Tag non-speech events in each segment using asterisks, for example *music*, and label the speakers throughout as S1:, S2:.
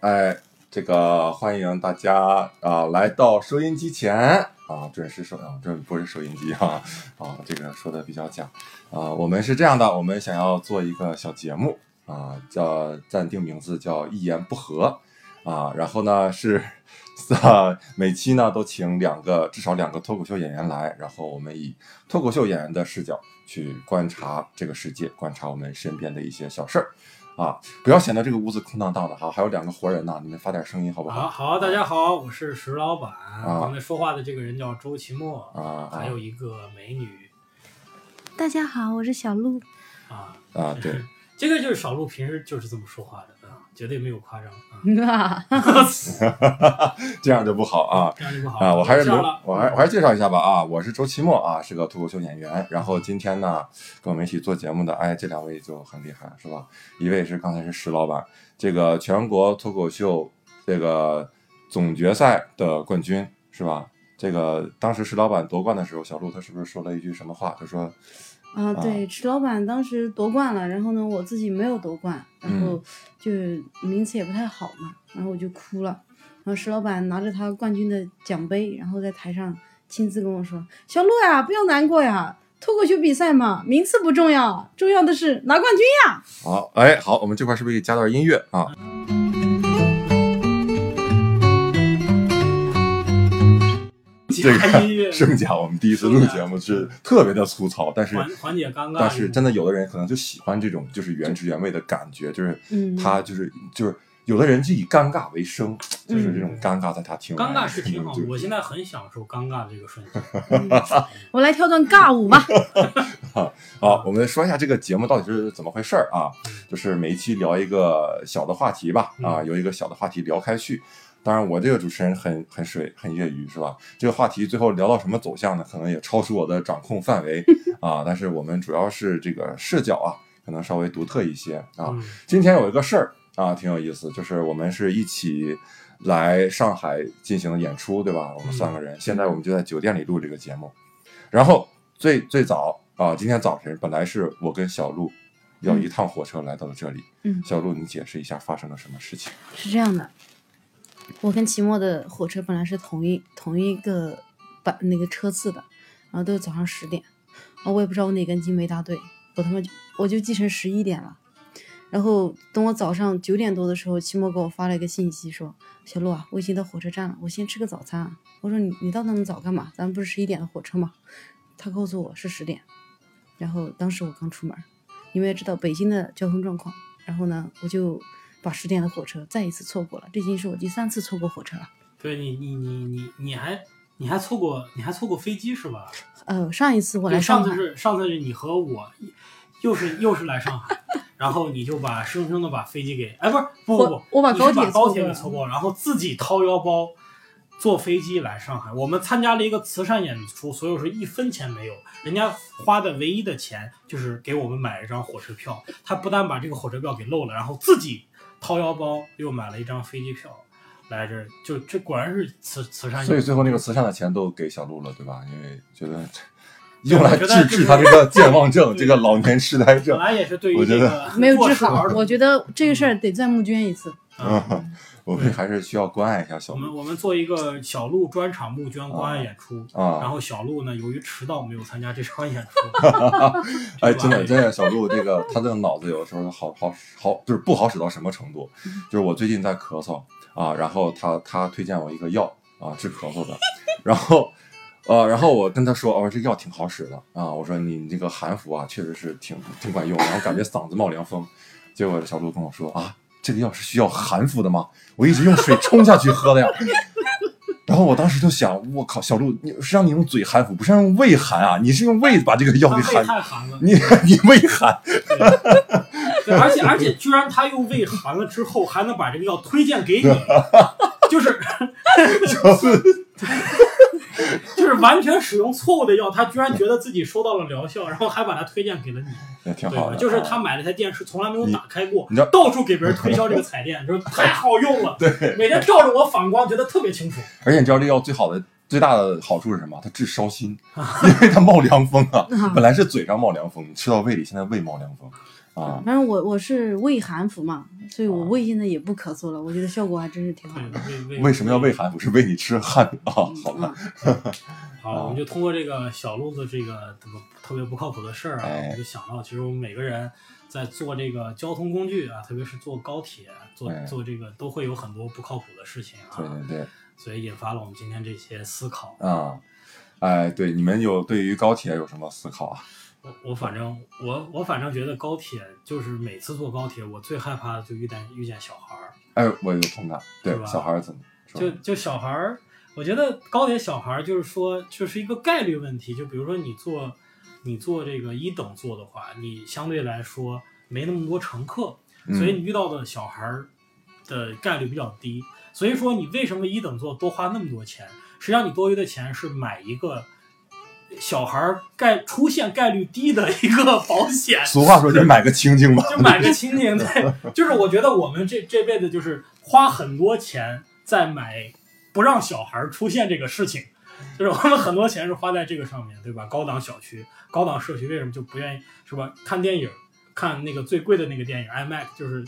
S1: 哎这个欢迎大家啊、来到收音机前啊，准时收啊，这不是收音机哈啊，这个说的比较假啊。我们是这样的，我们想要做一个小节目啊，叫暂定名字叫一言不合啊，然后呢是啊，每期呢都请两个至少两个脱口秀演员来，然后我们以脱口秀演员的视角去观察这个世界，观察我们身边的一些小事儿。啊，不要显得这个屋子空荡荡的哈，还有两个活人呢，你们发点声音好不
S2: 好
S1: 好？
S2: 好，大家好，我是石老板。刚才说话的这个人叫周奇墨，
S1: 啊啊
S2: 还有一个美女
S3: 大家好，我是小鹿。
S2: 啊，
S1: 啊，对，
S2: *laughs*
S1: *laughs*
S2: 这个就是少路平时就是这么说话的啊，绝对没有夸张啊，
S1: 这样就不好啊。
S2: 这样就不好
S1: 啊，我还是
S2: 这样
S1: 我
S2: 了，
S1: 我还我还是介绍一下吧啊，我是周奇墨啊，是个脱口秀演员。然后今天呢，跟我们一起做节目的，哎，这两位就很厉害，是吧？一位是刚才是石老板，这个全国脱口秀这个总决赛的冠军，是吧？这个当时石老板夺冠的时候，小鹿他是不是说了一句什么话？他说
S3: 啊，对，池老板当时夺冠了，然后呢，我自己没有夺冠，然后就是名次也不太好嘛，然后我就哭了。然后石老板拿着他冠军的奖杯，然后在台上亲自跟我说：“小鹿呀，不要难过呀，脱口秀比赛嘛，名次不重要，重要的是拿冠军呀。
S1: 好，哎，好，我们这块是不是可以加段音乐啊？
S2: 加音乐
S1: 盛家，我们第一次录节目是特别的粗糙，但是
S2: 缓缓解尴尬
S1: 但是真的有的人可能就喜欢这种就是原汁原味的感觉，就是
S3: 嗯
S1: 他就是就是有的人就以尴尬为生，
S3: 嗯
S1: 就是这种尴尬在他听来
S2: 尴尬是挺好
S1: 嗯就，
S2: 我现在很享受尴尬这个瞬间。
S3: 嗯我来跳段尬舞吧。
S1: 好，我们说一下这个节目到底是怎么回事儿啊
S2: 嗯？
S1: 就是每一期聊一个小的话题吧，啊，
S2: 嗯
S1: 由一个小的话题聊开去。当然，我这个主持人很很水，很业余，是吧？这个话题最后聊到什么走向呢？可能也超出我的掌控范围啊。但是我们主要是这个视角啊，可能稍微独特一些啊。
S2: 嗯
S1: 今天有一个事儿啊，挺有意思，就是我们是一起来上海进行演出，对吧？我们三个
S2: 嗯
S1: 人，现在我们就在酒店里录这个节目。然后最最早啊，今天早晨本来是我跟小鹿要
S2: 嗯
S1: 一趟火车来到了这里。
S3: 嗯
S1: 小鹿，你解释一下发生了什么事情？
S3: 是这样的，我跟期末的火车本来是同一同一个班那个车次的，然后都是早上十点，然后我也不知道我哪根筋没搭对，我他妈就我就记成十一点了。然后等我早上九点多的时候，期末给我发了一个信息说：“小鹿啊，我已经到火车站了，我先吃个早餐啊。”我说你：“你到那么早干嘛？咱们不是十一点的火车吗？”他告诉我是十点，然后当时我刚出门，你们也知道北京的交通状况，然后呢，我就把十点的火车再一次错过了，这已经是我第三次错过火车了。
S2: 对你你你你你还你还错过你还错过飞机是吧？
S3: 呃，上一次我
S2: 对，
S3: 来
S2: 上次
S3: 上海，
S2: 是上次是你和我，又是又是来上海，
S3: *laughs*
S2: 然后你就把生生的把飞机给哎不是不不不
S3: 我，我把
S2: 你
S3: 高
S2: 是
S3: 铁
S2: 把高铁
S3: 错过
S2: 给
S3: 了
S2: 错过，然后自己掏腰包坐飞机来上海。我们参加了一个慈善演出，所以说一分钱没有，人家花的唯一的钱就是给我们买了一张火车票。他不但把这个火车票给漏了，然后自己掏腰包又买了一张飞机票来这儿，就这果然是慈慈善演出。
S1: 所以最后那个慈善的钱都给小鹿了，对吧？因为觉
S2: *laughs*
S1: 得用来
S2: 我觉得
S1: 治
S2: 就
S1: 治
S2: 是
S1: 他这个健忘症，
S2: *laughs* 对
S1: 这个老年痴呆症
S2: 本。来也是对
S1: 我
S2: 于
S1: 觉
S2: 这
S1: 得
S2: 个
S3: 没有
S2: 过
S3: 治
S2: 世
S3: 好
S2: 儿，
S3: 我觉得这个事儿得再募捐一次。
S2: 嗯
S1: 嗯，我们还是需要关爱一下小
S2: 我们
S1: 鹿
S2: 我们做一个小鹿专场募捐关爱演出，然
S1: 啊！
S2: 后小鹿呢，由于迟到没有参加这
S1: *laughs*
S2: 场演出。
S1: 哎，真的真的，小鹿这个他这个脑子有的时候好好好，就是不好使到什么程度。就是我最近在咳嗽啊，然后他他推荐我一个药啊，治咳嗽的， *laughs* 然后。呃，然后我跟他说，哦，这药挺好使的啊。我说你你这个含服啊，确实是挺挺管用。然后感觉嗓子冒凉风，结果小鹿跟我说啊，这个药是需要含服的吗？我一直用水冲下去喝的呀。然后我当时就想，我靠，小鹿，你是让你用嘴含服，不是让用胃含啊？你是用胃把这个药
S2: 他
S1: 给含
S2: 啊胃太寒 *laughs* 了，
S1: 你 *laughs* 你胃寒，
S2: 对，而且而且居然他用胃寒了之后，还能把这个药推荐
S1: *laughs*
S2: 给你，就是就是完全使用错误的药，他居然觉得自己收到了疗效，然后还把它推荐给了你，
S1: 也挺
S2: 对
S1: 好
S2: 吧？
S1: 的。
S2: 就是他买了台电视，从来没有打开过
S1: 你知道，
S2: 到处给别人推销这个彩电，就是太好用
S1: *laughs*
S2: 了，对，每天照着我反光，觉得特别清楚。
S1: *laughs* 而且你知道这药最好的最大的好处是什么？它治烧
S2: *laughs*
S1: 心，因为它冒凉风啊。本来是嘴上冒凉风，吃到胃里，现在胃冒凉风。啊，
S3: 反正我我是胃韩服嘛，所以
S2: 哦
S3: 我胃现在也不咳嗽了，我觉得效果还真是挺好的。
S2: 为为
S1: 为什么要喂韩服？是喂你吃汉啊？好吧，
S3: 嗯，
S2: 好，我
S1: 哦
S2: 们就通过这个小鹿的这个怎么特别不靠谱的事儿啊，
S1: 哎
S2: 我们就想到，其实我们每个人在坐这个交通工具啊，特别是坐高铁、坐
S1: 哎
S2: 坐这个，都会有很多不靠谱的事情
S1: 对
S2: 啊，
S1: 对对。
S2: 所以引发了我们今天这些思考。
S1: 啊、哎，对，你们有对于高铁有什么思考啊？
S2: 我我反正我我反正觉得高铁就是每次坐高铁，我最害怕的就遇见遇见小孩儿，
S1: 哎，我有同感，对
S2: 是，吧
S1: 小孩儿怎么说？
S2: 就就小孩儿，我觉得高铁小孩儿就是说，就是一个概率问题。就比如说你坐，你坐这个一等座的话，你相对来说没那么多乘客，
S1: 嗯
S2: 所以你遇到的小孩儿的概率比较低。所以说你为什么一等座多花那么多钱？实际上你多余的钱是买一个小孩儿概出现概率低的一个保险。
S1: 俗话说，你买个清净吧。
S2: 就买个清净，对，就是我觉得我们这这辈子就是花很多钱在买不让小孩出现这个事情，就是我们很多钱是花在这个上面，对吧？高档小区、高档社区为什么就不愿意是吧？看电影，看那个最贵的那个电影 IMAX，就是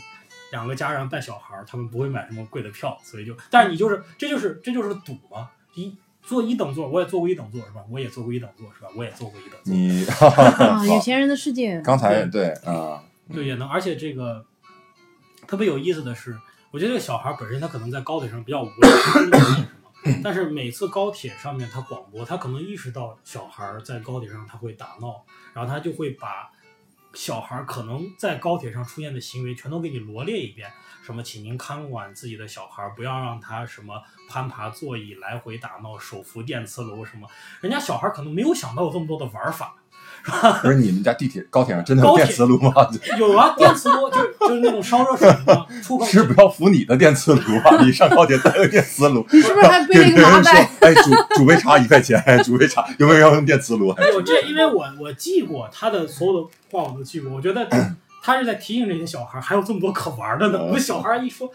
S2: 两个家长带小孩，他们不会买什么贵的票，所以就，但是你就是这就是这就是赌嘛，一。坐一等座，我也坐过一等座，是吧？我也坐过一等座，是吧？我也坐过一等座。
S1: 你
S2: *laughs*
S1: 哈哈哈 *laughs*
S3: 啊，有钱人的世界，
S1: 刚才对啊，
S2: 对，也能，而且这个特别有意思的是，我觉得这个小孩本身他可能在高铁上比较无聊，不知道干什么但是每次高铁上面他广播，他可能意识到小孩在高铁上他会打闹，然后他就会把小孩可能在高铁上出现的行为全都给你罗列一遍，什么请您看管自己的小孩，不要让他什么攀爬座椅、来回打闹、手扶电磁炉什么，人家小孩可能没有想到有这么多的玩法，
S1: 不是你们家地铁高铁上真的有
S2: 高铁
S1: 电磁炉吗？ *laughs*
S2: *laughs* 有啊，电磁炉就是就是那种烧热水嘛，触控
S1: *laughs* 是不要扶你的电磁炉啊！你上高铁带个电磁炉，
S3: 你是不是还背
S1: 给
S3: 了一
S1: 别
S3: 个麻
S1: 人说
S3: 袋？，
S1: 哎，煮 *laughs* 煮杯茶一块钱， *laughs* 哎煮杯茶有没有要用电磁炉？哎
S2: 有这，因为我我记过他的所有的话，我都记过。我觉得他是在提醒这些小孩儿，还有这么多可玩的呢。
S1: 嗯
S2: 我们小孩儿一说，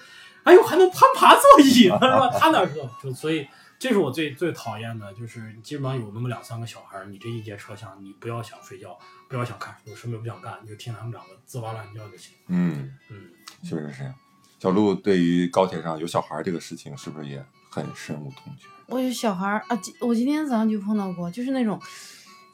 S2: 哎呦，还能攀爬座椅呢，是吧？他哪知道？就所以，这是我最最讨厌的，就是基本上有那么两三个小孩儿，你这一节车厢，你不要想睡觉，不要想看书，什么也不想干，你就听他们两个滋哇乱叫就行。
S1: 嗯，
S2: 嗯，
S1: 确实是这样。小鹿对于高铁上有小孩儿这个事情，是不是也很深恶痛绝？
S3: 我有小孩儿啊，今我今天早上就碰到过，就是那种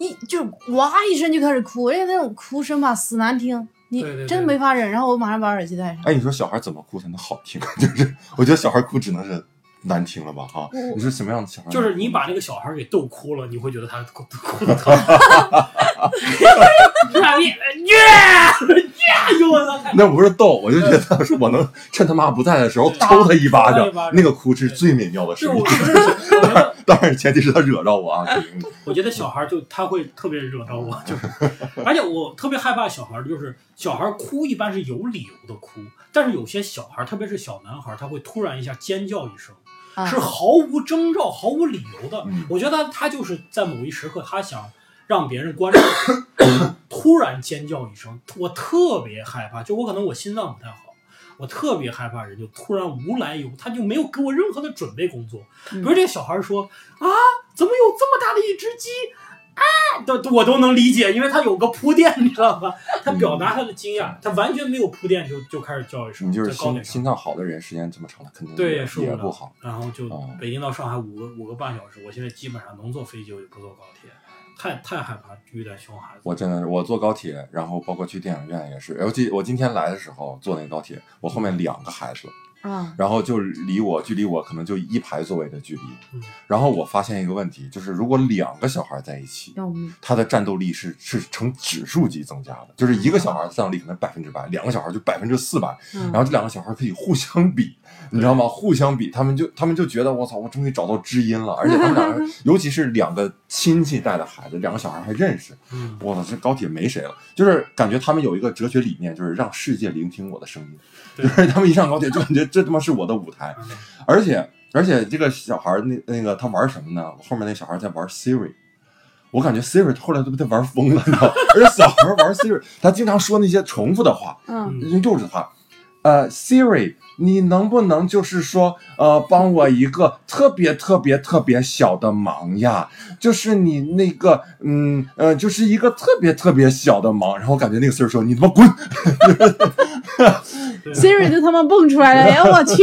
S3: 一就是哇一声就开始哭，而且那种哭声吧死难听，你
S2: 对对对
S3: 真没法忍。然后我马上把耳机戴上。
S1: 哎，你说小孩怎么哭才能好听？ *laughs* 就是我觉得小孩哭只能是难听了吧，哈。
S3: 我
S1: 你说什么样的小孩？
S2: 就是你把那个小孩儿给逗哭了，你会觉得他 *laughs* 哭哭的特 *laughs* 好。傻逼，虐虐，哎哟我操！
S1: 那不是逗，我就觉得 *laughs* 是我能趁他妈不在的时候
S2: 对
S1: 抽他一巴
S2: 抽他
S1: 掌
S2: 一巴，掌
S1: 那个哭是最美妙的
S2: 是
S1: 声
S2: 我
S1: 音
S2: 不。 *laughs* 是，我
S1: *laughs*
S2: 觉得，
S1: 当然前提是他惹着我啊。肯定
S2: 我觉得小孩就他会特别惹到我，就是，而且我特别害怕小孩，就是小孩哭一般是有理由的哭，但是有些小孩，特别是小男孩，他会突然一下尖叫一声，
S3: 啊
S2: 是毫无征兆、毫无理由的
S1: 嗯。
S2: 我觉得他就是在某一时刻，他想让别人关注他，突然尖叫一声，我特别害怕。就我可能我心脏不太好，我特别害怕人就突然无来由，他就没有给我任何的准备工作。比
S3: 嗯
S2: 如这个小孩说啊，怎么有这么大的一只鸡？啊，都都我都能理解，因为他有个铺垫，你知道吧？他表达他的惊讶，他完全没有铺垫就就开始叫一声，
S1: 你就是
S2: 在高
S1: 心
S2: 点上
S1: 心。脏好的人，时间这么长，他肯定
S2: 对，
S1: 也
S2: 也受不
S1: 也
S2: 了
S1: 不好。。
S2: 然后就
S1: 嗯
S2: 北京到上海五个五个半小时，我现在基本上能坐飞机我就不坐高铁，太太害怕遇见熊孩子。
S1: 我真的是，我坐高铁，然后包括去电影院也是。我记我今天来的时候坐那个高铁，我后面两个孩子，
S3: 啊，
S1: 然后就离我距离我可能就一排座位的距离
S2: 嗯。
S1: 然后我发现一个问题，就是如果两个小孩在一起，
S3: 要命！
S1: 他的战斗力是是呈指数级增加的，就是一个小孩战斗力可能百分之百，两个小孩就百分之四百，
S3: 嗯
S1: 然后这两个小孩可以互相比，你知道吗？互相比，他们就他们就觉得我操，我终于找到知音了，而且他们
S2: *laughs*
S1: 两个人，尤其是两个亲戚带的孩子，两个小孩还认识，
S2: 嗯，
S1: 我操，这高铁没谁了，就是感觉他们有一个哲学理念，就是让世界聆听我的声音，
S2: 对
S1: 就是他们一上高铁就感觉这他妈是我的舞台，
S2: 嗯
S1: 而且而且这个小孩儿那那个他玩什么呢？后面那小孩在玩 Siri，我感觉 Siri 后来都被他玩疯 *laughs* 了，你知道吗？而且小孩玩 Siri，他经常说那些重复的话，
S3: 嗯
S2: 嗯
S1: 就是他。呃，Siri，你能不能就是说，呃，帮我一个特别特别特别小的忙呀？就是你那个，嗯，呃，就是一个特别特别小的忙。然后我感觉那个 Siri 说：“你他妈滚！”
S3: Siri 都他妈蹦出来了，哎呦我去！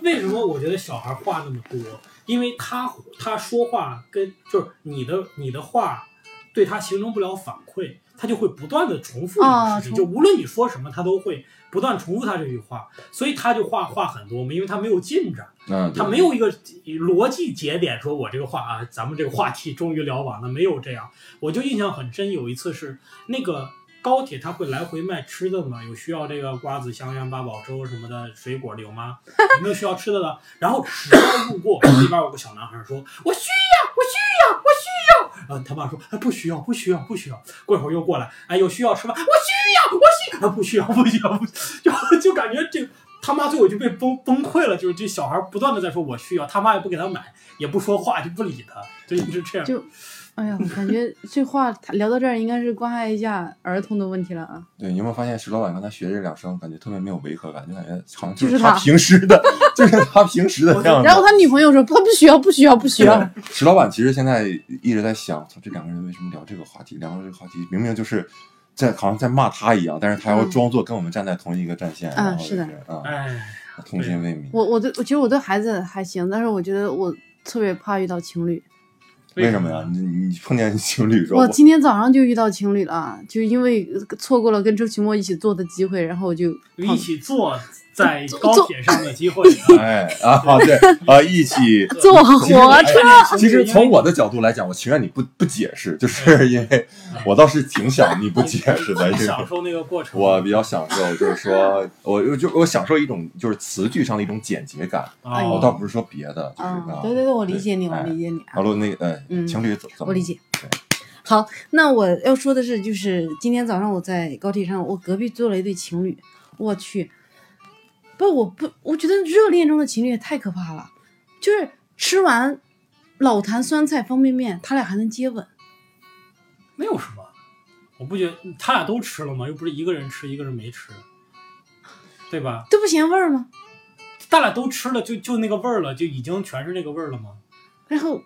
S2: 对，就是 *laughs* 为什么我觉得小孩话那么多，因为他他说话跟就是你的你的话对他形成不了反馈，他就会不断的重复这个
S3: 啊
S2: 事情，
S3: 重
S2: 就无论你说什么，他都会不断重复他这句话，所以他就话话很多嘛，因为他没有进展，
S1: 嗯，
S2: 他没有一个逻辑节点，说我这个话啊，咱们这个话题终于聊完了，没有这样。我就印象很深，有一次是那个高铁，他会来回卖吃的嘛，有需要这个瓜子香香八宝粥什么的水果的有吗？ *laughs* 有没有需要吃的的？然后只要路过，那边有个小男孩说：“我需要，我需要，我需要。”然后他爸说：“哎，不需要，不需要，不需要。”过一会儿又过来，哎，有需要吃饭，我需要，我需要，啊不需要，不需要，不需要 *laughs* 就就感觉这个他妈最后就被崩崩溃了，就是这小孩不断的在说我需要，他妈也不给他买，也不说话，就不理他，就一直这样。
S3: *laughs* 就，哎呀，我感觉这话聊到这儿，应该是关爱一下儿童的问题了啊。
S1: 对，你有没有发现石老板刚才学这两声，感觉特别没有违和感，就感觉好像就
S3: 就
S1: 是
S3: 是
S1: 他
S3: 他
S1: 平时的， *laughs* 就是他平时的样子。
S3: 然后他女朋友说他不需要，不需要，不需要。
S1: 对石老板其实现在一直在想，操这两个人为什么聊这个话题？聊这个话题明明就是在好像在骂他一样，但是他要
S3: 嗯
S1: 装作跟我们站在同一个战线。
S3: 啊
S1: 然后就是
S3: 的
S1: 啊，
S2: 哎，
S1: 童心未泯。
S3: 我我对，我其实我对孩子还行，但是我觉得我特别怕遇到情侣。
S1: 为什么呀？？你你碰见情侣说，
S3: 我今天早上就遇到情侣了，啊就因为错过了跟周奇墨一起做的机会，然后我就
S2: 一起坐在高
S3: *laughs* 坐
S2: 铁上的机
S3: *laughs*
S2: 会。
S1: 哎啊，对啊，一起。
S3: 坐 *laughs* 火
S1: 哎
S3: 车。
S1: 啊
S2: 车
S1: 其实从我的角度来讲，我情愿你不不解释，就是 *laughs* 因为我倒是挺想你不解释
S2: *laughs*
S1: 的，因为
S2: 享受那个过程。
S1: 我比较享受，就是说我我就我享受一种就是词句上的一种简洁感，
S2: 啊，
S1: 哦我倒不是说别的，就是
S3: 啊
S1: 啊，，
S3: 哎对对对，我理解你，
S1: 对
S3: 我
S1: 哎
S3: 理解你啊。
S1: 然后那个呃，
S3: 嗯
S1: 情侣怎怎么？
S3: 我理解
S1: 对。
S3: 好，那我要说的是，就是今天早上我在高铁上，我隔壁坐了一对情侣，我去，不，我不，我觉得热恋中的情侣也太可怕了，就是吃完老坛酸菜方便面，他俩还能接吻，
S2: 没有什么，我不觉得他俩都吃了吗？又不是一个人吃，一个人没吃，对吧？
S3: 这不嫌味儿吗？
S2: 他俩都吃了，就就那个味儿了，就已经全是那个味儿了吗？
S3: 然后，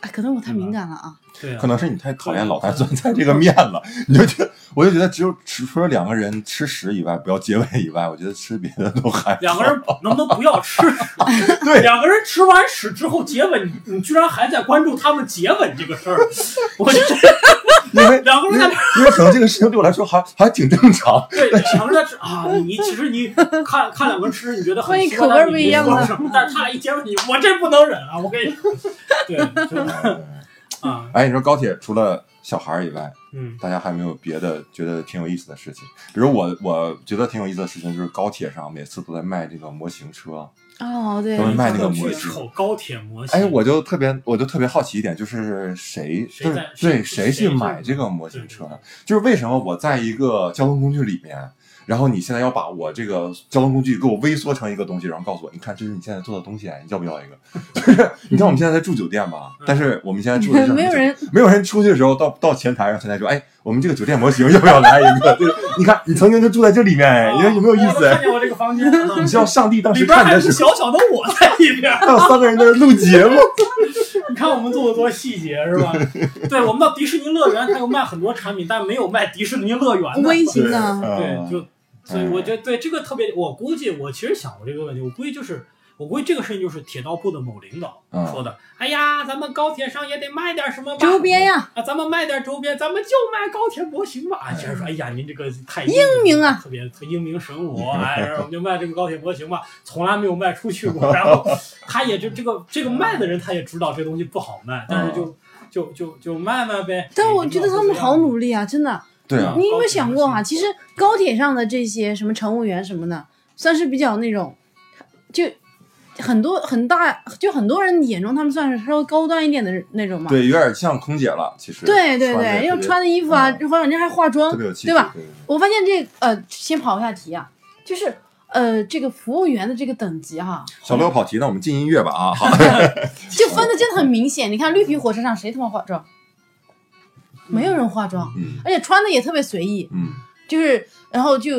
S3: 哎，可能我太
S2: 对吧
S3: 敏感了啊，
S2: 对啊，
S1: 可能是你太讨厌老坛酸菜这个面了， *laughs* 你就觉得，我就觉得只有除除了两个人吃屎以外，不要结尾以外，我觉得吃别的都还好
S2: 两个人能不能不要吃？
S1: *laughs* 对
S2: 两个人吃完屎之后接吻，你你居然还在关注他们接吻这个事儿， *laughs* 我这
S1: 因为
S2: 两个人
S1: 因 *laughs*
S2: 在
S1: 为因为可能这个事情对我来说还还挺正常，
S2: 对两个人在吃啊，你其实你看看两个人吃，你觉得很
S3: 万一
S2: 奇
S3: 口
S2: 怪
S3: 味儿
S2: 但
S3: 不
S2: 你
S3: 一样啊
S2: 没说
S3: 呢
S2: 什么但是他俩一接吻，你我这不能忍啊！我跟你说，对，
S1: *laughs*
S2: 真的啊，
S1: 哎，你说高铁除了小孩儿以外，
S2: 嗯
S1: 大家还没有别的觉得挺有意思的事情？比如我，我觉得挺有意思的事情就是高铁上每次都在卖这个模型车。
S3: 哦，对
S1: 都，是卖那个模
S2: 巨
S1: 型
S2: 丑高铁模型，
S1: 哎，我就特别，我就特别好奇一点，就是谁，
S2: 谁
S1: 就是
S2: 在
S1: 对
S2: 谁
S1: 去
S2: 谁去
S1: 买这个模型车
S2: 对
S1: 呢？就是为什么我在一个交通工具里面，然后你现在要把我这个交通工具给我微缩成一个东西，然后告诉我，你看这是你现在做的东西，啊你要不要一个？ *laughs* 就是你看我们现在在住酒店吧，
S2: 嗯
S1: 但是我们现在住的
S3: *laughs*
S1: 是
S3: 没有人
S1: 没有人出去的时候，到到前台，让前台说，哎，我们这个酒店模型要不要来一个？ *laughs* 就是你看你曾经就住在这里面，
S2: 啊
S1: 你哎看有没有意
S2: 我
S1: 思
S2: 看？见我这个房间，
S1: *laughs*
S2: 啊
S1: 你知道上帝当
S2: 里
S1: 时
S2: 边
S1: 看你
S2: 还
S1: 的
S2: 有
S1: 时候，
S2: 小小的我在里边。
S1: 还有三个人在这录节目。
S2: 你看我们做的多细节是吧？对，我们到迪士尼乐园，它有卖很多产品，但没有卖迪士尼乐园的。
S3: 微型的，
S2: 对，就所以
S1: 嗯
S2: 我觉得对这个特别，我估计我其实想过这个问题，我估计就是。我估计这个事情就是铁道部的某领导
S1: 嗯
S2: 说的。哎呀，咱们高铁上也得卖点什么吧
S3: 周边呀，
S2: 啊，咱们卖点周边，咱们就卖高铁模型吧。啊，就是说，哎呀，您这个太英
S3: 明啊，
S2: 特别特英明神武，哎，然后我们就卖这个高铁模型吧，从来没有卖出去过。然后他也就这个这个卖的人，他也知道这东西不好卖，但是就就就就卖卖呗。
S3: 但我觉得他们好努力啊，真的。
S1: 对啊
S2: 嗯，
S3: 你有没有想
S2: 高
S3: 过
S2: 铁
S3: 啊？
S2: 模
S3: 其实高铁上的这些什么乘务员什么的，算是比较那种，就很多很大，就很多人眼中他们算是稍微高端一点的那种嘛。
S1: 对，有点像空姐了，其实。
S3: 对对
S1: 得特
S3: 对，
S1: 别
S3: 要穿的衣服啊，
S1: 嗯
S3: 或者人家还化妆
S1: 特，别有气质，
S3: 对吧？
S1: 对？
S3: 我发现这呃，先跑一下题啊，就是呃，这个服务员的这个等
S1: *laughs*
S3: 级哈、
S1: 小刘跑题，那我们进音乐吧啊！
S3: *laughs*
S1: 好，
S3: 就分的真的很明显。你看绿皮火车上谁他妈化妆？没有人化妆，
S1: 嗯
S3: 而且穿的也特别随意。
S1: 嗯，
S3: 就是然后就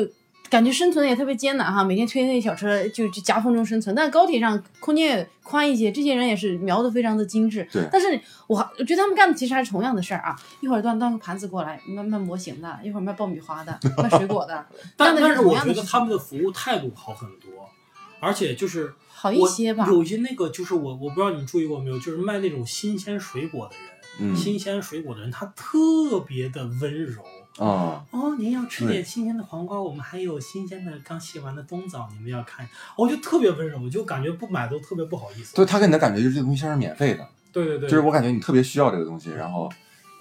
S3: 感觉生存也特别艰难哈，每天推那小车就就夹缝中生存。但高铁上空间也宽一些，这些人也是描的非常的精致。
S1: 对
S3: 但是我还我觉得他们干的其实还是同样的事儿啊，一会儿端端个盘子过来，卖卖模型的，一会儿卖爆米花的，卖水果的，
S2: 但
S3: 干的
S2: 但是
S3: 是同
S2: 我
S3: 样
S2: 觉
S3: 的
S2: 得
S3: 事
S2: 他们的服务态度好很多，而且就是
S3: 好一
S2: 我
S3: 些吧。
S2: 有一些那个就是我我不知道你们注意过没有，就是卖那种新鲜水果的人，
S1: 嗯
S2: 新鲜水果的人他特别的温柔。
S1: 啊，
S2: 哦，您要吃
S1: 对
S2: 点新鲜的黄瓜，我们还有新鲜的刚洗完的冬枣，你们要看，我就特别温柔，我就感觉不买都特别不好意思。
S1: 对他给你的感觉就是这个东西是免费的，
S2: 对对对，
S1: 就是我感觉你特别需要这个东西，然后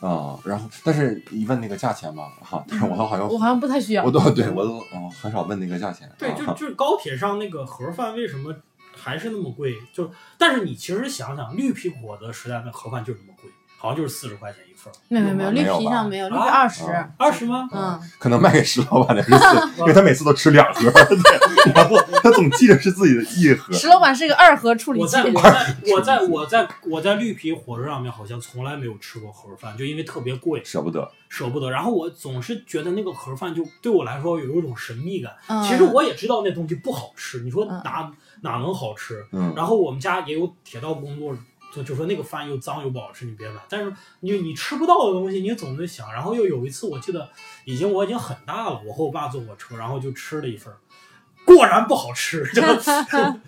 S1: 啊，然后但是一问那个价钱吧，哈，但是我好像
S3: 我好像不太需要
S1: 我。都对我都嗯很少问那个价钱，
S2: 对，
S1: *laughs*
S2: 就
S1: 啊
S2: 就是高铁上那个盒饭为什么还是那么贵？就但是你其实想想，绿皮火的时代的盒饭就是那么贵，好像就是四十块钱一份儿，
S3: 没有没有没
S1: 有
S3: 有，
S1: 吗
S3: 绿
S1: 没有
S3: 皮
S1: 吧
S3: 上没有，绿皮
S2: 啊
S3: 二十。
S1: 啊
S2: 二十吗？
S3: 嗯，
S1: 可能卖给石老板的是
S3: *laughs*
S1: 四，因为他每次都吃两盒，对然后他总记得是自己的一盒，
S3: 石老板是个二核处理
S2: 我
S3: 器
S2: 在。我在我在我在我在绿皮火车上面好像从来没有吃过盒饭，就因为特别贵，
S1: 舍不得，
S2: 舍不得。然后我总是觉得那个盒饭就对我来说有一种神秘感。
S3: 嗯
S2: 其实我也知道那东西不好吃，你说
S3: 嗯
S2: 哪、哪能好吃？
S1: 嗯，
S2: 然后我们家也有铁道工作，就就说那个饭又脏又不好吃，你别买。但是你你吃不到的东西，你总得想。然后又有一次，我记得已经我已经很大了，我和我爸坐火车，然后就吃了一份儿，果然不好
S3: *laughs*
S2: 吃，就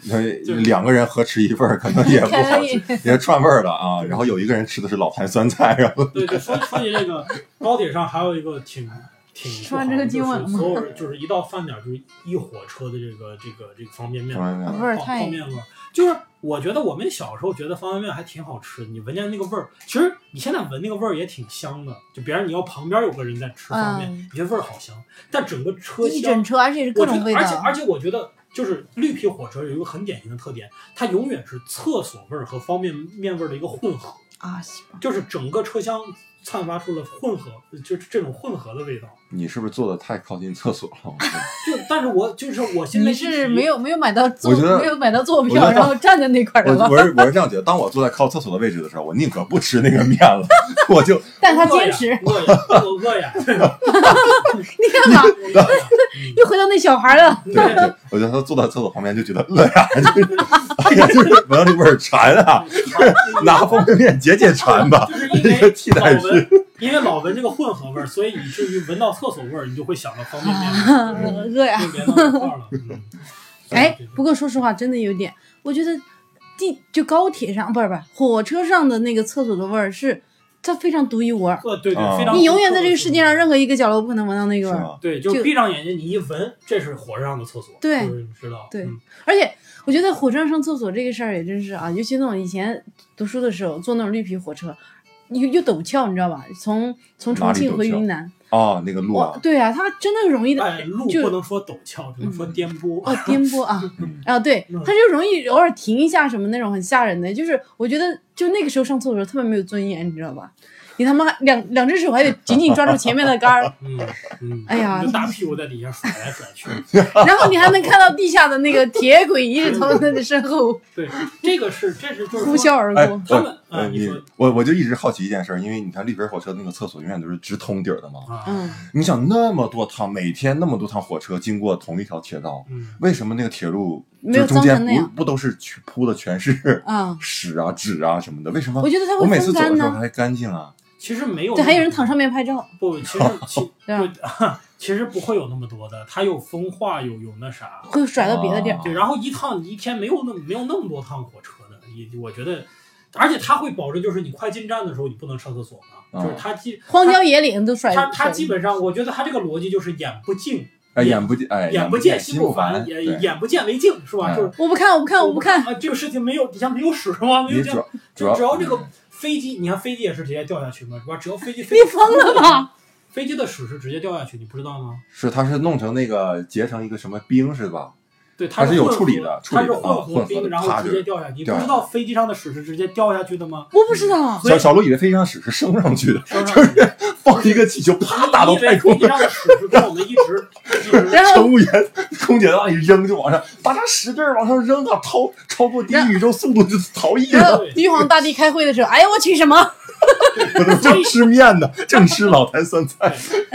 S1: 所以
S2: 就是
S1: 两个人合吃一份儿可能也不好吃， *laughs* 也串味儿了啊。然后有一个人吃的是老坛酸菜，然后
S2: 对对，说说起这个高铁上还有一个挺挺
S3: *laughs* 吃完这个
S2: 不好的
S3: 今晚
S2: 就是所有人就是一到饭点儿就是一火车的这个这个这个方便面，
S1: 方便面
S3: 味儿
S2: 哦
S3: 太
S2: 泡面味儿，就是我觉得我们小时候觉得方便面还挺好吃，你闻见那个味儿，其实你现在闻那个味儿也挺香的。就别人你要旁边有个人在吃方便，
S3: 嗯
S2: 你觉得味儿好香，但整个车
S3: 一整
S2: 厢，
S3: 车，而且是各
S2: 我觉
S3: 种
S2: 得，
S3: 味道。
S2: 而且而且我觉得就是绿皮火车有一个很典型的特点，它永远是厕所味儿和方便面味儿的一个混合，
S3: 啊，行吧
S2: 就是整个车厢散发出了混合，就是这种混合的味道。
S1: 你是不是坐的太靠近厕所了？我觉
S2: *laughs*
S1: 得
S2: 就但是我就是我现在
S3: 你
S2: 一
S3: 是
S2: 提
S3: 没有没有买到坐
S1: 我觉得
S3: 没有买到坐
S1: 我觉
S3: 票，
S1: 得
S3: 然后站在那块儿
S1: 我
S3: 的吧？
S1: 我是我是这样觉得，当我坐在靠厕所的位置的时候，我宁可不吃那个面了，我就
S3: 但他
S2: 饿
S3: 坚
S2: 呀
S3: 持，
S2: 饿呀，我饿呀，对吧？
S3: 你看吧，
S2: 我饿呀
S3: 又回到那小孩儿
S1: *laughs*
S3: 了。
S1: 对对，我觉得他坐到厕所旁边就觉得饿呀， *laughs* 就是哎呀，就是闻到这味儿馋啊， *laughs* 拿方便面解解馋
S2: *laughs*
S1: 吧
S2: 就是因，
S1: 啊这个
S2: 为
S1: 替代
S2: 老
S1: 品。
S2: 闻，因为老闻这个混合味儿，所以以至于闻到厕所味儿，你就会想到方便
S3: 啊
S2: 面，
S3: 饿呀！
S2: 就连到一块儿了。嗯
S3: 哎，不过说实话，真的有点，我觉得地就高铁上不是不是火车上的那个厕所的味儿是，它非常独一无二。
S2: 呃，对
S1: 啊
S2: 对，非常。
S3: 你永远在这个世界上任何一个角落不可能闻到那个
S1: 是啊
S3: 味儿。
S1: 吗？
S2: 对，就
S3: 就是
S2: 闭上眼睛，你一闻，这是火车上的厕所，
S3: 对
S2: 就是你知道，
S3: 对
S2: 嗯
S3: 而且我觉得火车上上厕所这个事儿也真是啊，尤其那种以前读书的时候坐那种绿皮火车，又又陡峭，你知道吧？从从
S1: 哪里
S3: 重
S1: 陡
S3: 庆回
S1: 峭
S3: 云南，
S1: 啊，那个路
S3: 哇
S1: 啊，，
S3: 对啊，它真的容易的
S2: 哎，路
S3: 就
S2: 不能说陡峭，只能说颠簸。
S1: *laughs*
S3: 哦，颠簸啊
S1: 嗯，
S3: 啊，对，他就容易偶尔停一下什么那种很吓人的，就是我觉得就那个时候上厕所特别没有尊严，你知道吧？你他妈两两只手还得紧紧抓住前面的
S1: *laughs*
S3: 杆儿，
S2: 嗯嗯，
S3: 哎呀
S2: 你就大屁股在底下甩来甩
S3: *laughs*
S2: 去。
S3: 然后你还能看到地下的那个铁轨一直从他的身后
S2: 对，这个是，这是就是说
S3: 呼啸而
S1: 哎
S3: 过。，
S2: 他
S1: 我
S2: 们
S1: 呃
S2: 啊你
S1: 你
S2: 说
S1: 我我就一直好奇一件事儿，因为你看绿皮火车那个厕所永远都是直通底儿的嘛。
S2: 啊，
S3: 嗯，
S1: 你想那么多趟，每天那么多趟火车经过同一条铁道，
S2: 嗯，
S1: 为什么那个铁路
S3: 没
S1: 就
S3: 有
S1: 中
S3: 脏
S1: 间
S3: 成那
S1: 不
S3: 样
S1: 不都是去铺的全是 *laughs*
S3: 啊！
S1: 屎啊、纸啊什么的？为什么
S3: 我？觉得他
S1: 我
S3: 会
S1: 每次走的
S3: 风干
S1: 时候
S3: 呢，
S1: 还干净啊。
S2: 其实没有那
S3: 对，
S2: 么，
S3: 还有人躺上面拍照，
S2: 不，
S1: *laughs*
S2: 其实其
S3: 对吧？
S2: 不 *laughs* 其实不会有那么多的，它有风化，有有那啥，
S3: 会甩到别的地儿
S1: 啊。
S2: 对，然后一趟一天没有那么没有那么多趟火车的，也我觉得，而且他会保证就是你快进站的时候你不能上厕所嘛，
S1: 哦
S2: 就是他基
S3: 荒郊野岭都甩
S2: 他他
S3: 甩
S2: 基本上我觉得他这个逻辑就是眼不净，
S1: 哎，眼不见哎，
S2: 眼不
S1: 见
S2: 见
S1: 心
S2: 心不
S1: 烦
S2: 烦，，也
S1: 对
S2: 眼不见为净是吧？
S1: 哎
S2: 就是
S3: 我不看，我不看，我不看。
S2: 啊，这个事情没有底下没有屎吗？没
S1: 你主
S2: 有这
S1: 要
S2: 样，
S1: 主
S2: 就
S1: 要
S2: 只要这个飞机，你看飞机也是直接掉下去嘛，是吧？只要飞机飞
S3: 你疯了吧？
S2: 飞机的屎是直接掉下去，你不知道吗？
S1: 是它是弄成那个结成一个什么冰是吧？
S2: 对，
S1: 它
S2: 它
S1: 是有
S2: 混
S1: 处理
S2: 合
S1: 的处
S2: 它
S1: 理
S2: 是
S1: 的啊
S2: 混
S1: 混
S2: 合
S1: 合
S2: 冰，
S1: 的
S2: 然
S1: 啪
S2: 后直
S1: 就
S2: 接掉下去。你
S1: 掉
S2: 不
S1: 下
S2: 知道飞机上的屎是直接掉下去的吗？
S3: 我不知道，
S2: 所以
S1: 小小鹿以为飞机上屎是升上去的，
S2: 升上
S1: 就是 *laughs* 放一个气球啪打到太空
S2: 你以为飞机，上的屎
S1: *laughs*
S2: 是跟我们一直一直
S3: 然后
S1: 乘务员、空姐往一扔就往上，把它使劲儿往上扔啊，超超过第一宇宙速度就逃逸
S3: 然
S1: 了。
S3: 后玉皇大帝
S2: *laughs*
S3: 开会的时候，哎呀，我去什么？
S1: *laughs* 我都正吃面呢，正吃老坛酸菜。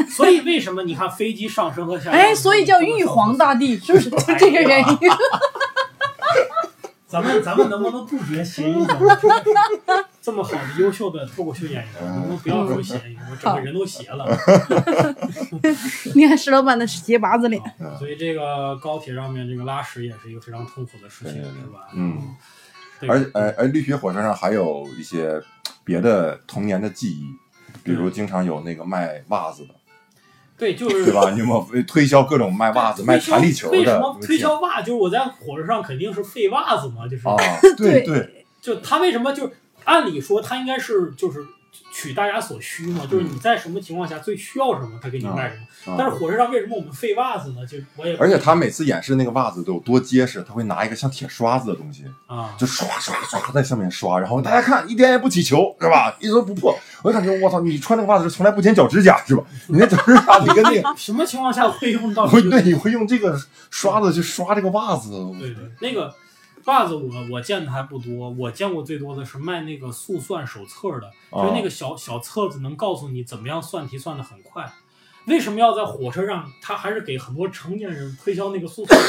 S2: 所以为什么你看飞机上升
S3: *laughs*
S2: 和下降？
S4: 哎，所以
S1: *laughs*
S4: 叫玉皇。大帝，是不是就这个原因？
S1: 啊
S2: 咱们咱们能不能杜绝
S4: *laughs*
S2: 谐音梗？真的是这么好的优秀的脱口秀演员，能不能不要说谐音？我整个人都邪
S1: *laughs*
S2: 了。
S3: *laughs* 你看石老板的鞋拔子脸，
S1: 嗯
S2: 所以这个高铁上面这个拉屎也是一个非常痛苦的事
S1: 对
S2: 情，
S1: 对对
S2: 是吧？
S1: 嗯 *laughs*
S2: 对，
S1: 而而而绿皮火车上还有一些别的童年的记忆，比如经常有那个卖袜子的，
S2: 对，就是
S1: 对吧？你有没
S2: *laughs*
S1: 有推销各种卖袜子、卖弹力球的？
S2: 为什么推
S1: 啊？
S2: *laughs* 销袜？就是我在火车上肯定是废袜子嘛，就是、
S1: 对
S3: 对
S1: 对，
S2: 就他为什么就是按理说他应该是就是取大家所需嘛，就是你在什么情况下最需要什么，他给你卖什么。
S1: 嗯啊
S2: 但是火车上为什么我们废袜子呢？就我也
S1: 而且他每次演示那个袜子都有多结实，他会拿一个像铁刷子的东西，
S2: 啊，
S1: 就刷刷刷在上面刷，然后大家看一点也不起球，是吧？一直不破。我就感觉我操，你穿那个袜子是从来不剪脚指甲是吧？你那脚趾甲你跟那个，
S2: 什么情况下会用
S1: *laughs*
S2: 到
S1: 会
S2: 这个？
S1: 对，你会用这个刷子去刷这个袜子。
S2: 对对，那个袜子我我见的还不多，我见过最多的是卖那个速算手册的，
S1: 哦
S2: 就是那个小小册子能告诉你怎么样算题算的很快。为什么要在火车上？他还是给很多成年人推销那个速算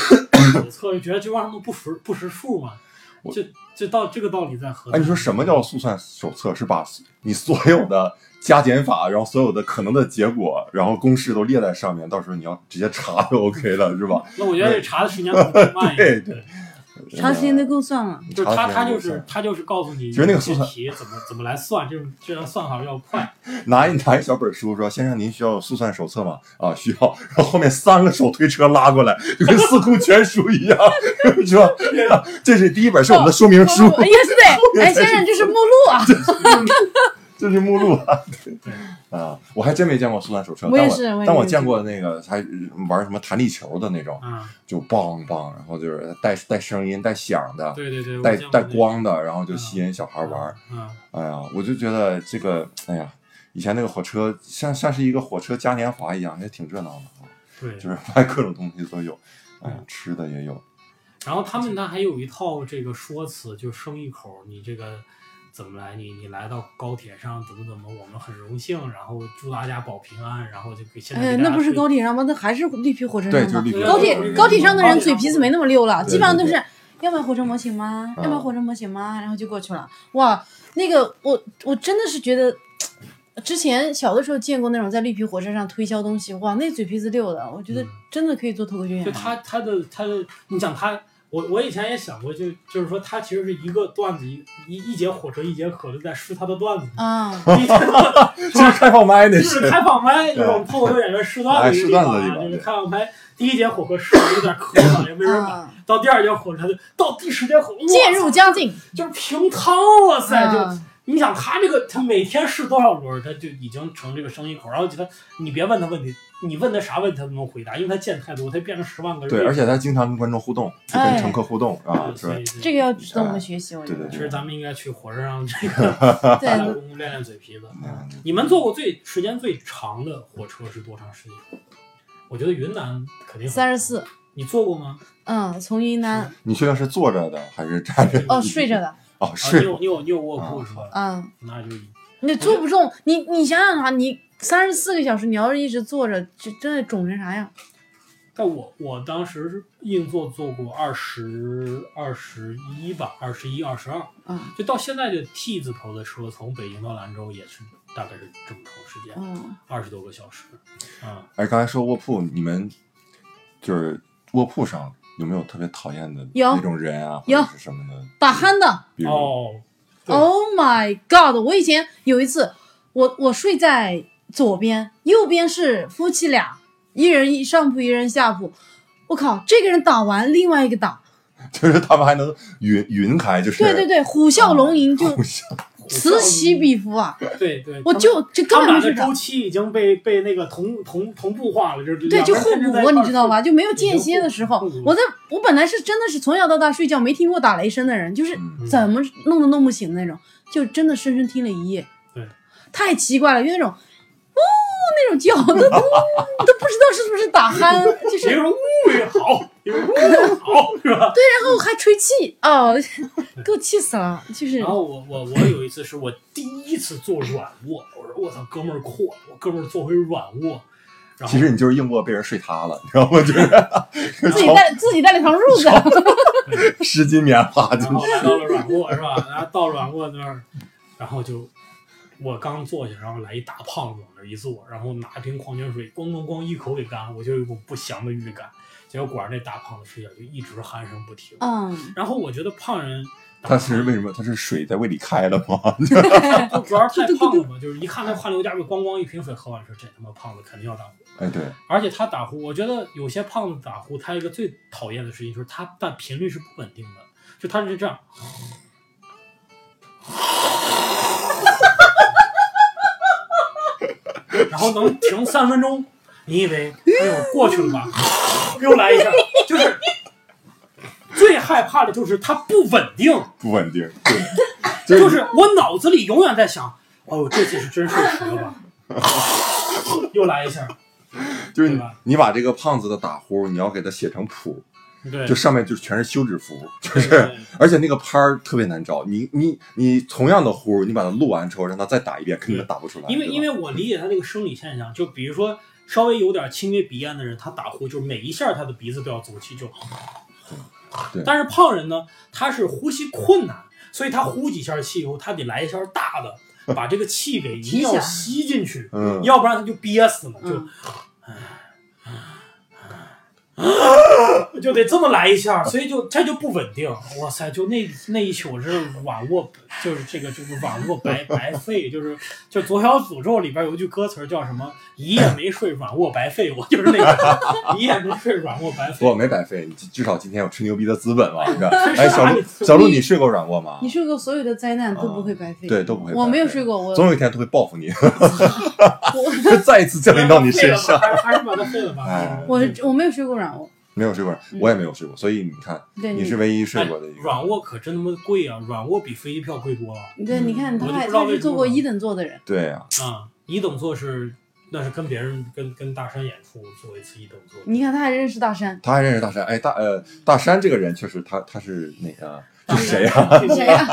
S2: 手册，就觉得这玩意儿都不识不识数嘛。
S1: 我
S2: 这这道这个道理在何？
S1: 哎，你说什么叫速算手册？是把你所有的加减法，然后所有的可能的结果，然后公式都列在上面，到时候你要直接查就 OK 了，是吧？
S2: 那我觉得这查的时间可能更慢一
S1: 对
S2: 点。
S1: 对，啊
S3: 长时间都够算了。
S2: 就是他，他
S1: 查时间
S2: 就
S1: 不
S2: 是
S1: 算
S2: 他就是告诉你，
S1: 觉得那个速算
S2: 题怎么怎么来算，这种这样算法要快。
S1: 拿一拿一小本书说：“先生，您需要速算手册吗？”啊，需要。然后后面三个手推车拉过来，就跟《四库全书》一样， *laughs* 是吧？这是第一本，是我们的说明书，
S3: 哎也是
S1: *laughs*
S3: 对，哎，先生，这是目录啊，
S1: 这是目录啊。对
S2: 对
S1: 啊，我还真没见过速算手册，
S3: 我
S1: 但
S3: 也
S1: 我
S3: 是我也
S1: 但我
S3: 没
S1: 见
S3: 见
S1: 过那个还玩什么弹力球的那种，
S2: 啊，
S1: 就梆梆，然后就是带带声音、带响的，
S2: 对对对，我
S1: 带
S2: 见过
S1: 带
S2: 那个
S1: 光的，然后就吸引小孩玩儿。。
S2: 嗯，
S1: 哎呀，我就觉得这个，哎呀，以前那个火车像像是一个火车嘉年华一样，也挺热闹的啊。
S2: 对，
S1: 就是卖各种东西都有，哎呀
S2: 嗯，
S1: 吃的也有，
S2: 然后他们那还有一套这个说辞，就生一口，你这个怎么来？你你来到高铁上怎么怎么？我们很荣幸，然后祝大家保平安，然后就给现在
S3: 哎
S2: 给
S3: 呀，
S2: 大
S3: 那
S2: 家
S3: 不是
S2: 推
S3: 高铁上吗？那还是绿皮火车
S1: 对，
S3: 上
S1: 就是绿皮
S3: 吗？
S1: 火车。
S3: 高
S2: 对对
S3: 铁
S2: 对
S3: 高铁上的人嘴皮子没那么溜了，
S1: 对
S3: 基本上都
S1: 对
S3: 是要买火车模型吗？
S1: 嗯
S3: 要买火车模型吗？然后就过去了。哇，那个我我真的是觉得，之前小的时候见过那种在绿皮火车上推销东西，哇，那嘴皮子溜的，我觉得
S2: 嗯
S3: 真的可以做脱口秀演
S2: 就
S3: 员。
S2: 他他的他的，你想他，我我以前也想过，就就是说他其实是一个段子一一一节火车一节可乐在试他的段子。
S3: *laughs* 啊，
S2: 一节
S3: *laughs*
S1: 就是开放麦那
S2: 嗯就是是，开放麦，就是我们脱口秀演员试段子一个地方啊，就是开放麦第一节火车试的有点咳了，也没
S3: *laughs*
S2: 人买。
S3: 啊，
S2: 到第二节火车就到第十节火车，
S3: 渐入佳境。
S2: 就是平汤，哇塞，就
S3: 啊
S2: 你想他这个，他每天试多少轮儿，他就已经成这个生意口。然后觉得你别问他问题，你问他啥问题他都能回答，因为他见太多，他变成十万个人。
S1: 对，而且他经常跟观众互动，就跟
S3: 哎
S1: 乘客互动啊，是吧
S2: 所以
S3: 这
S2: 这
S3: 个要值得我们学习，我觉
S1: 对
S3: 得
S2: 其实咱们应该去火车
S1: *laughs*
S2: 上这个打打
S3: 对，
S2: 工练练嘴皮子。
S1: 嗯
S2: 你们坐过最时间最长的火车是多长时间？我觉得云南肯定很
S3: 三十，四，
S2: 你坐过吗？
S3: 嗯，从云南
S1: 你确定是坐着的还是站着？
S3: 哦睡着的，
S1: *laughs* 哦，
S2: 啊，你
S1: 睡。
S2: 有你有你有卧
S1: 啊
S2: 铺是吧？
S3: 嗯。
S2: 那就
S3: 你坐不中，你你想想啊，你三十四个小时，你要是一直坐着，这真的肿成啥样？
S2: 但我我当时是硬座坐过二十二十一吧，二十一二十二，
S3: 嗯
S2: 就到现在这 T 字头的车从北京到兰州也是大概是这么长时间，
S3: 嗯，
S2: 二十多个小时，啊、
S1: 哎，刚才说卧铺，你们就是卧铺上有没有特别讨厌的
S3: 有
S1: 那种人啊，或
S3: 有
S1: 者是什么的？
S3: 打鼾的
S1: 比如
S2: 哦，对
S3: ，Oh my God！我以前有一次，我我睡在左边，右边是夫妻俩，一人一上铺，一人下铺。我靠，这个人打完，另外一个打，
S1: *laughs* 就是他们还能云云开，就是
S3: 对对对，啊虎啸龙吟，就
S1: 互相
S3: 此起彼伏啊！
S2: 对对，
S3: 我
S2: 他们
S3: 就这
S2: 他
S3: 根
S2: 们
S3: 本
S2: 俩
S3: 没
S2: 的
S3: 睡
S2: 周
S3: 着，
S2: 期已经被被那个同同同步化了，就是两
S3: 对，
S2: 个人
S3: 就互
S2: 甚至在一
S3: 补，
S2: 块
S3: 你
S2: 儿
S3: 知道吧？就没有
S2: 对
S3: 间
S2: 就
S3: 歇的
S2: 互
S3: 时候
S2: 互补，
S3: 我在我本来是真的是从小到大睡觉没听过打雷声的人，就是
S1: 嗯
S3: 怎么弄都弄不醒的那种，就真的深深听了一夜。
S2: 对，
S3: *laughs* 太奇怪了，就那种，呜那种叫，都都都不知道是不是打鼾，就是
S2: 一
S3: 对，
S2: 个人物也好，一个人物也好，是吧？
S3: 然后还吹气，哦，给我气死了，就是
S2: 然后我我我有一次是我第一次坐软卧，我说我操，哥们儿阔，我哥们儿坐回软卧，然后
S1: 其实你就是硬卧被人睡塌了，你知道吗？就是
S4: 自己
S1: 从
S4: 带自己带了条褥子，
S1: *laughs*
S2: *laughs*
S1: 十斤棉花进
S2: 然
S3: 哦
S2: 后来到了软卧是吧？然后到软卧那儿，然后就我刚坐下，然后来一大胖子往那儿一坐，然后拿瓶矿泉水咣咣咣一口给干了，我就有一股不祥的预感。结果果然那大胖子睡觉就一直鼾声不停。
S3: 嗯，
S2: 然后我觉得胖人
S1: *laughs* 他是为什么？他是水在胃里开了吗？ *laughs*
S2: 不主要是太胖了嘛，就是一看他汗流浃背，咣咣一瓶水喝完，说这他妈胖子肯定要打呼。
S1: 哎，对，
S2: 而且他打呼，我觉得有些胖子打呼，他一个最讨厌的事情就是他的频率是不稳定的，就他是这样， *laughs* 然后能停三分钟，你以为哎呦过去了吧，又来一下，就是最害怕的就是他不稳定，
S1: 不稳定，
S2: *laughs*
S1: 对，
S2: 就是是我脑子里永远在想，哦，这次是真睡着了吧，又来一下，
S1: 就是
S2: 对
S1: 你
S2: 吧
S1: 你把这个胖子的打呼，你要给他写成谱，
S2: 对，
S1: 就上面就全是休止符，就
S2: 对
S1: 是，而且那个拍儿特别难找。你你你同样的呼，你把它录完之后，让他再打一遍，根本打不出来。
S2: 因为
S1: 对吧
S2: 因为我理解他这个生理现象，就比如说稍微有点轻微鼻炎的人，他打呼就是每一下他的鼻子都要走气，就
S1: 对。
S2: 但是胖人呢，他是呼吸困难，所以他呼几下气以后，他得来一下大
S1: *laughs*
S2: 的，把这个气给一定
S3: 提
S2: 要
S3: 起来
S2: 吸进去，
S1: 嗯，
S2: 要不然他就憋死了，就
S3: 嗯
S2: 就得这么来一下，所以就这就不稳定。哇塞，就那那一宿是软卧，就是这个就是软卧白白费，就是就《左小诅咒》里边有一句歌词儿叫什么“一夜没睡，软卧白费”，我就是那个一夜没睡，软卧白费。
S1: 我没白费，你至少今天有吹牛逼的资
S2: *laughs*
S1: 本嘛，你知道？
S2: 是
S1: 哎，小
S2: 啊
S1: 鹿
S2: 你，
S1: 小鹿，你睡过软卧吗啊
S3: 你？睡过所有的灾难都不会白费。
S1: 对，，都不会。
S3: 我没有睡，过，我
S1: 总有一天都会报复
S3: *laughs*
S1: 你，
S3: 我
S1: 再一次降临到你身上。
S2: 还是还是把它废了吧。
S1: 哎
S3: 我
S2: 嗯
S3: 我没有睡过软卧，
S1: 没有睡过，我也没有睡过，所以你看，
S3: 对，
S1: 你是唯一睡过的一个。
S2: 软哎卧可真他妈贵啊！软卧比飞机票贵多了
S3: 对，你看
S2: 我就
S3: 他还
S2: 不知道
S3: 他
S2: 为
S3: 是
S2: 什么
S3: 坐过一等座的人，
S1: 对呀，
S2: 啊！一等座是那是跟别人跟跟大山演出做一次一等座，
S3: 你看他还认识大
S2: *laughs*
S3: 山，
S1: 他还认识大山。哎，大呃，大山这个人确实，他他是哪个？
S2: 大
S1: 是
S2: 山
S1: 谁呀？
S2: *laughs*
S3: 谁呀？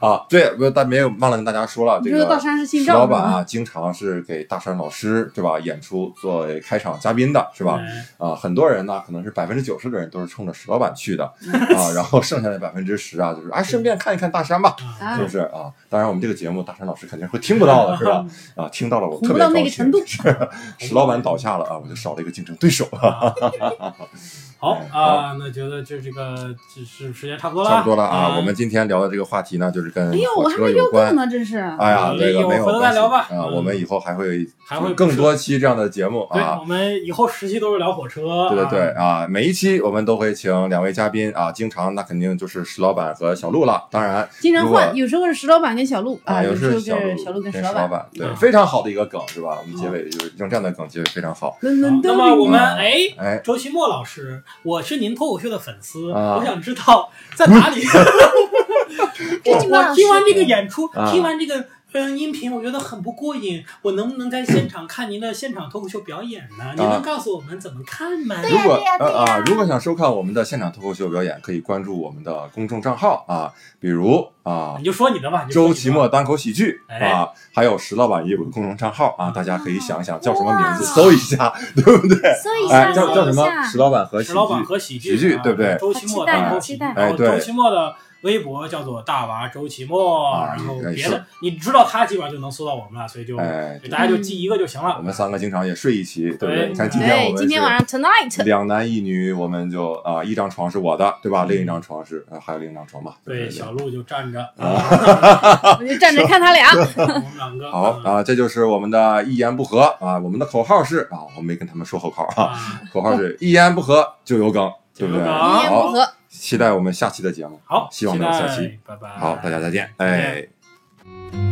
S1: 啊，对，不，但没有忘了跟大家说了，
S3: 你
S1: 这
S3: 说
S1: 个
S3: 大山是姓
S1: 石
S3: 赵
S1: 老
S3: 是
S1: 板
S3: 吧？
S1: 啊，经常是给大山老师对吧演出作为开场嘉宾的，是吧？
S3: 嗯
S2: 哎
S1: 啊，很多人呢，可能是百分之九十的人都是冲着石老板去的
S3: *laughs*
S1: 啊，然后剩下的百分之十啊，就是啊，顺便看一看大山吧，
S2: 啊，
S3: 啊
S1: 是不是啊？当然，我们这个节目大山老师肯定会听不到的，是吧？啊，听到了我
S3: 嗯
S1: 特
S3: 红不
S1: 别
S3: 到
S1: 高
S3: 那个程
S1: 兴
S3: 度。。
S1: *laughs* 石老板倒下了啊，我就少了一个竞争对手啊，
S2: 好
S1: 哎
S2: 啊，那觉得就这个就是时间差不多
S1: *laughs*
S2: 了，
S1: 差不多了啊。我们今天聊的这个话题呢，就是跟
S3: 哎呦，我
S1: 火
S3: 还
S1: 车
S3: 没
S1: 有
S3: 聊够
S1: 关。
S3: 呢，真是。
S1: 哎呀，这个没有
S2: 嗯回头再
S1: 关系
S2: 聊吧
S1: 啊，
S2: 嗯
S1: 我们以后还会
S2: 还会
S1: 更多期这样的节目
S2: 对，
S1: 啊
S2: 我。们以后十期都是聊火车，
S1: 对对对
S2: 啊，
S1: 啊，每一期我们都会请两位嘉宾啊，经常那肯定就是石老板和小鹿了。当然，
S3: 经常
S1: 如果
S3: 换，有时候是石老板跟小鹿
S1: 啊，
S3: 有时
S1: 是
S3: 候
S1: 小
S3: 跟
S1: 鹿
S3: 小鹿跟
S1: 石
S3: 石
S1: 老
S3: 板，啊
S1: 板，对，
S2: 嗯
S1: 非常好的一个梗是吧？我们结尾就是用这样的梗结尾非常好。
S3: 伦
S2: 好
S3: 伦
S2: 那
S3: 敦
S2: 么我们
S1: 嗯
S2: 哎，
S1: 哎，
S2: 周奇墨老师，我是您脱口秀的粉丝，
S1: 啊
S2: 我想知道在
S1: *laughs*
S2: 哪里。我
S3: 周奇墨老师
S2: 我听完这个演出，
S1: 啊
S2: 听完这个嗯音频，我觉得很不过瘾。我能不能在现场看您的现场脱口秀表演呢？您能告诉我们怎么看吗？
S1: 啊如果呃啊，如果想收看我们的现场脱口秀表演，可以关注我们的公众账号啊，比如啊
S2: 你。就说你的吧。你就说
S1: 周
S2: 你的
S1: 奇墨单口喜剧
S2: 哎
S1: 啊，还有石老板也有个公众账号啊，大家可以想一想叫什么名字，
S3: 哇
S1: 搜一下，对不对？
S3: 搜一
S1: 哎，
S3: 下，
S1: 叫叫
S3: 搜
S1: 什
S3: 一
S1: 么？
S3: 下
S1: 石。老板和喜
S2: 石老板
S1: 剧，
S2: 和喜剧，
S1: 喜剧对不对
S2: 啊周奇墨
S3: 好期待
S2: 的，
S3: 好期待
S2: 然后
S1: 哎对
S2: 周奇墨的微博叫做大娃周奇墨，
S1: 啊
S2: 然后
S1: 哎
S2: 别
S1: 是
S2: 的你知道他基本上就能搜到我们了，所以就
S1: 哎，
S2: 大家就记一个就行
S1: 我
S2: 了。
S1: 们三个经常也睡一起，对不对？
S2: 对
S1: 你看今天我
S3: 对，
S1: 们
S3: 哎今天晚上 tonight
S1: 是两男一女，我们就啊、一张床是我的，对吧？另一张床是、呃还有另一张床吧？
S2: 对，小鹿就站着，
S1: 啊
S2: 啊
S3: 我就站着看他俩。
S2: 我们两
S1: *laughs*
S2: 个
S1: 好
S2: 嗯
S1: 啊，这就是我们的一言不合啊，我们的口号是啊，我没跟他们说口号啊，
S2: 啊，
S1: 口号是一言不合就有梗，对不对？
S2: 就有梗
S3: 一言不
S1: 好，
S3: 合，
S1: 期待我们下期的节目，
S2: 好，
S1: 希望
S2: 期
S1: 能有
S2: 待
S1: 下期，，
S2: 拜拜，
S1: 好，大家再见，
S2: 再见
S1: 哎。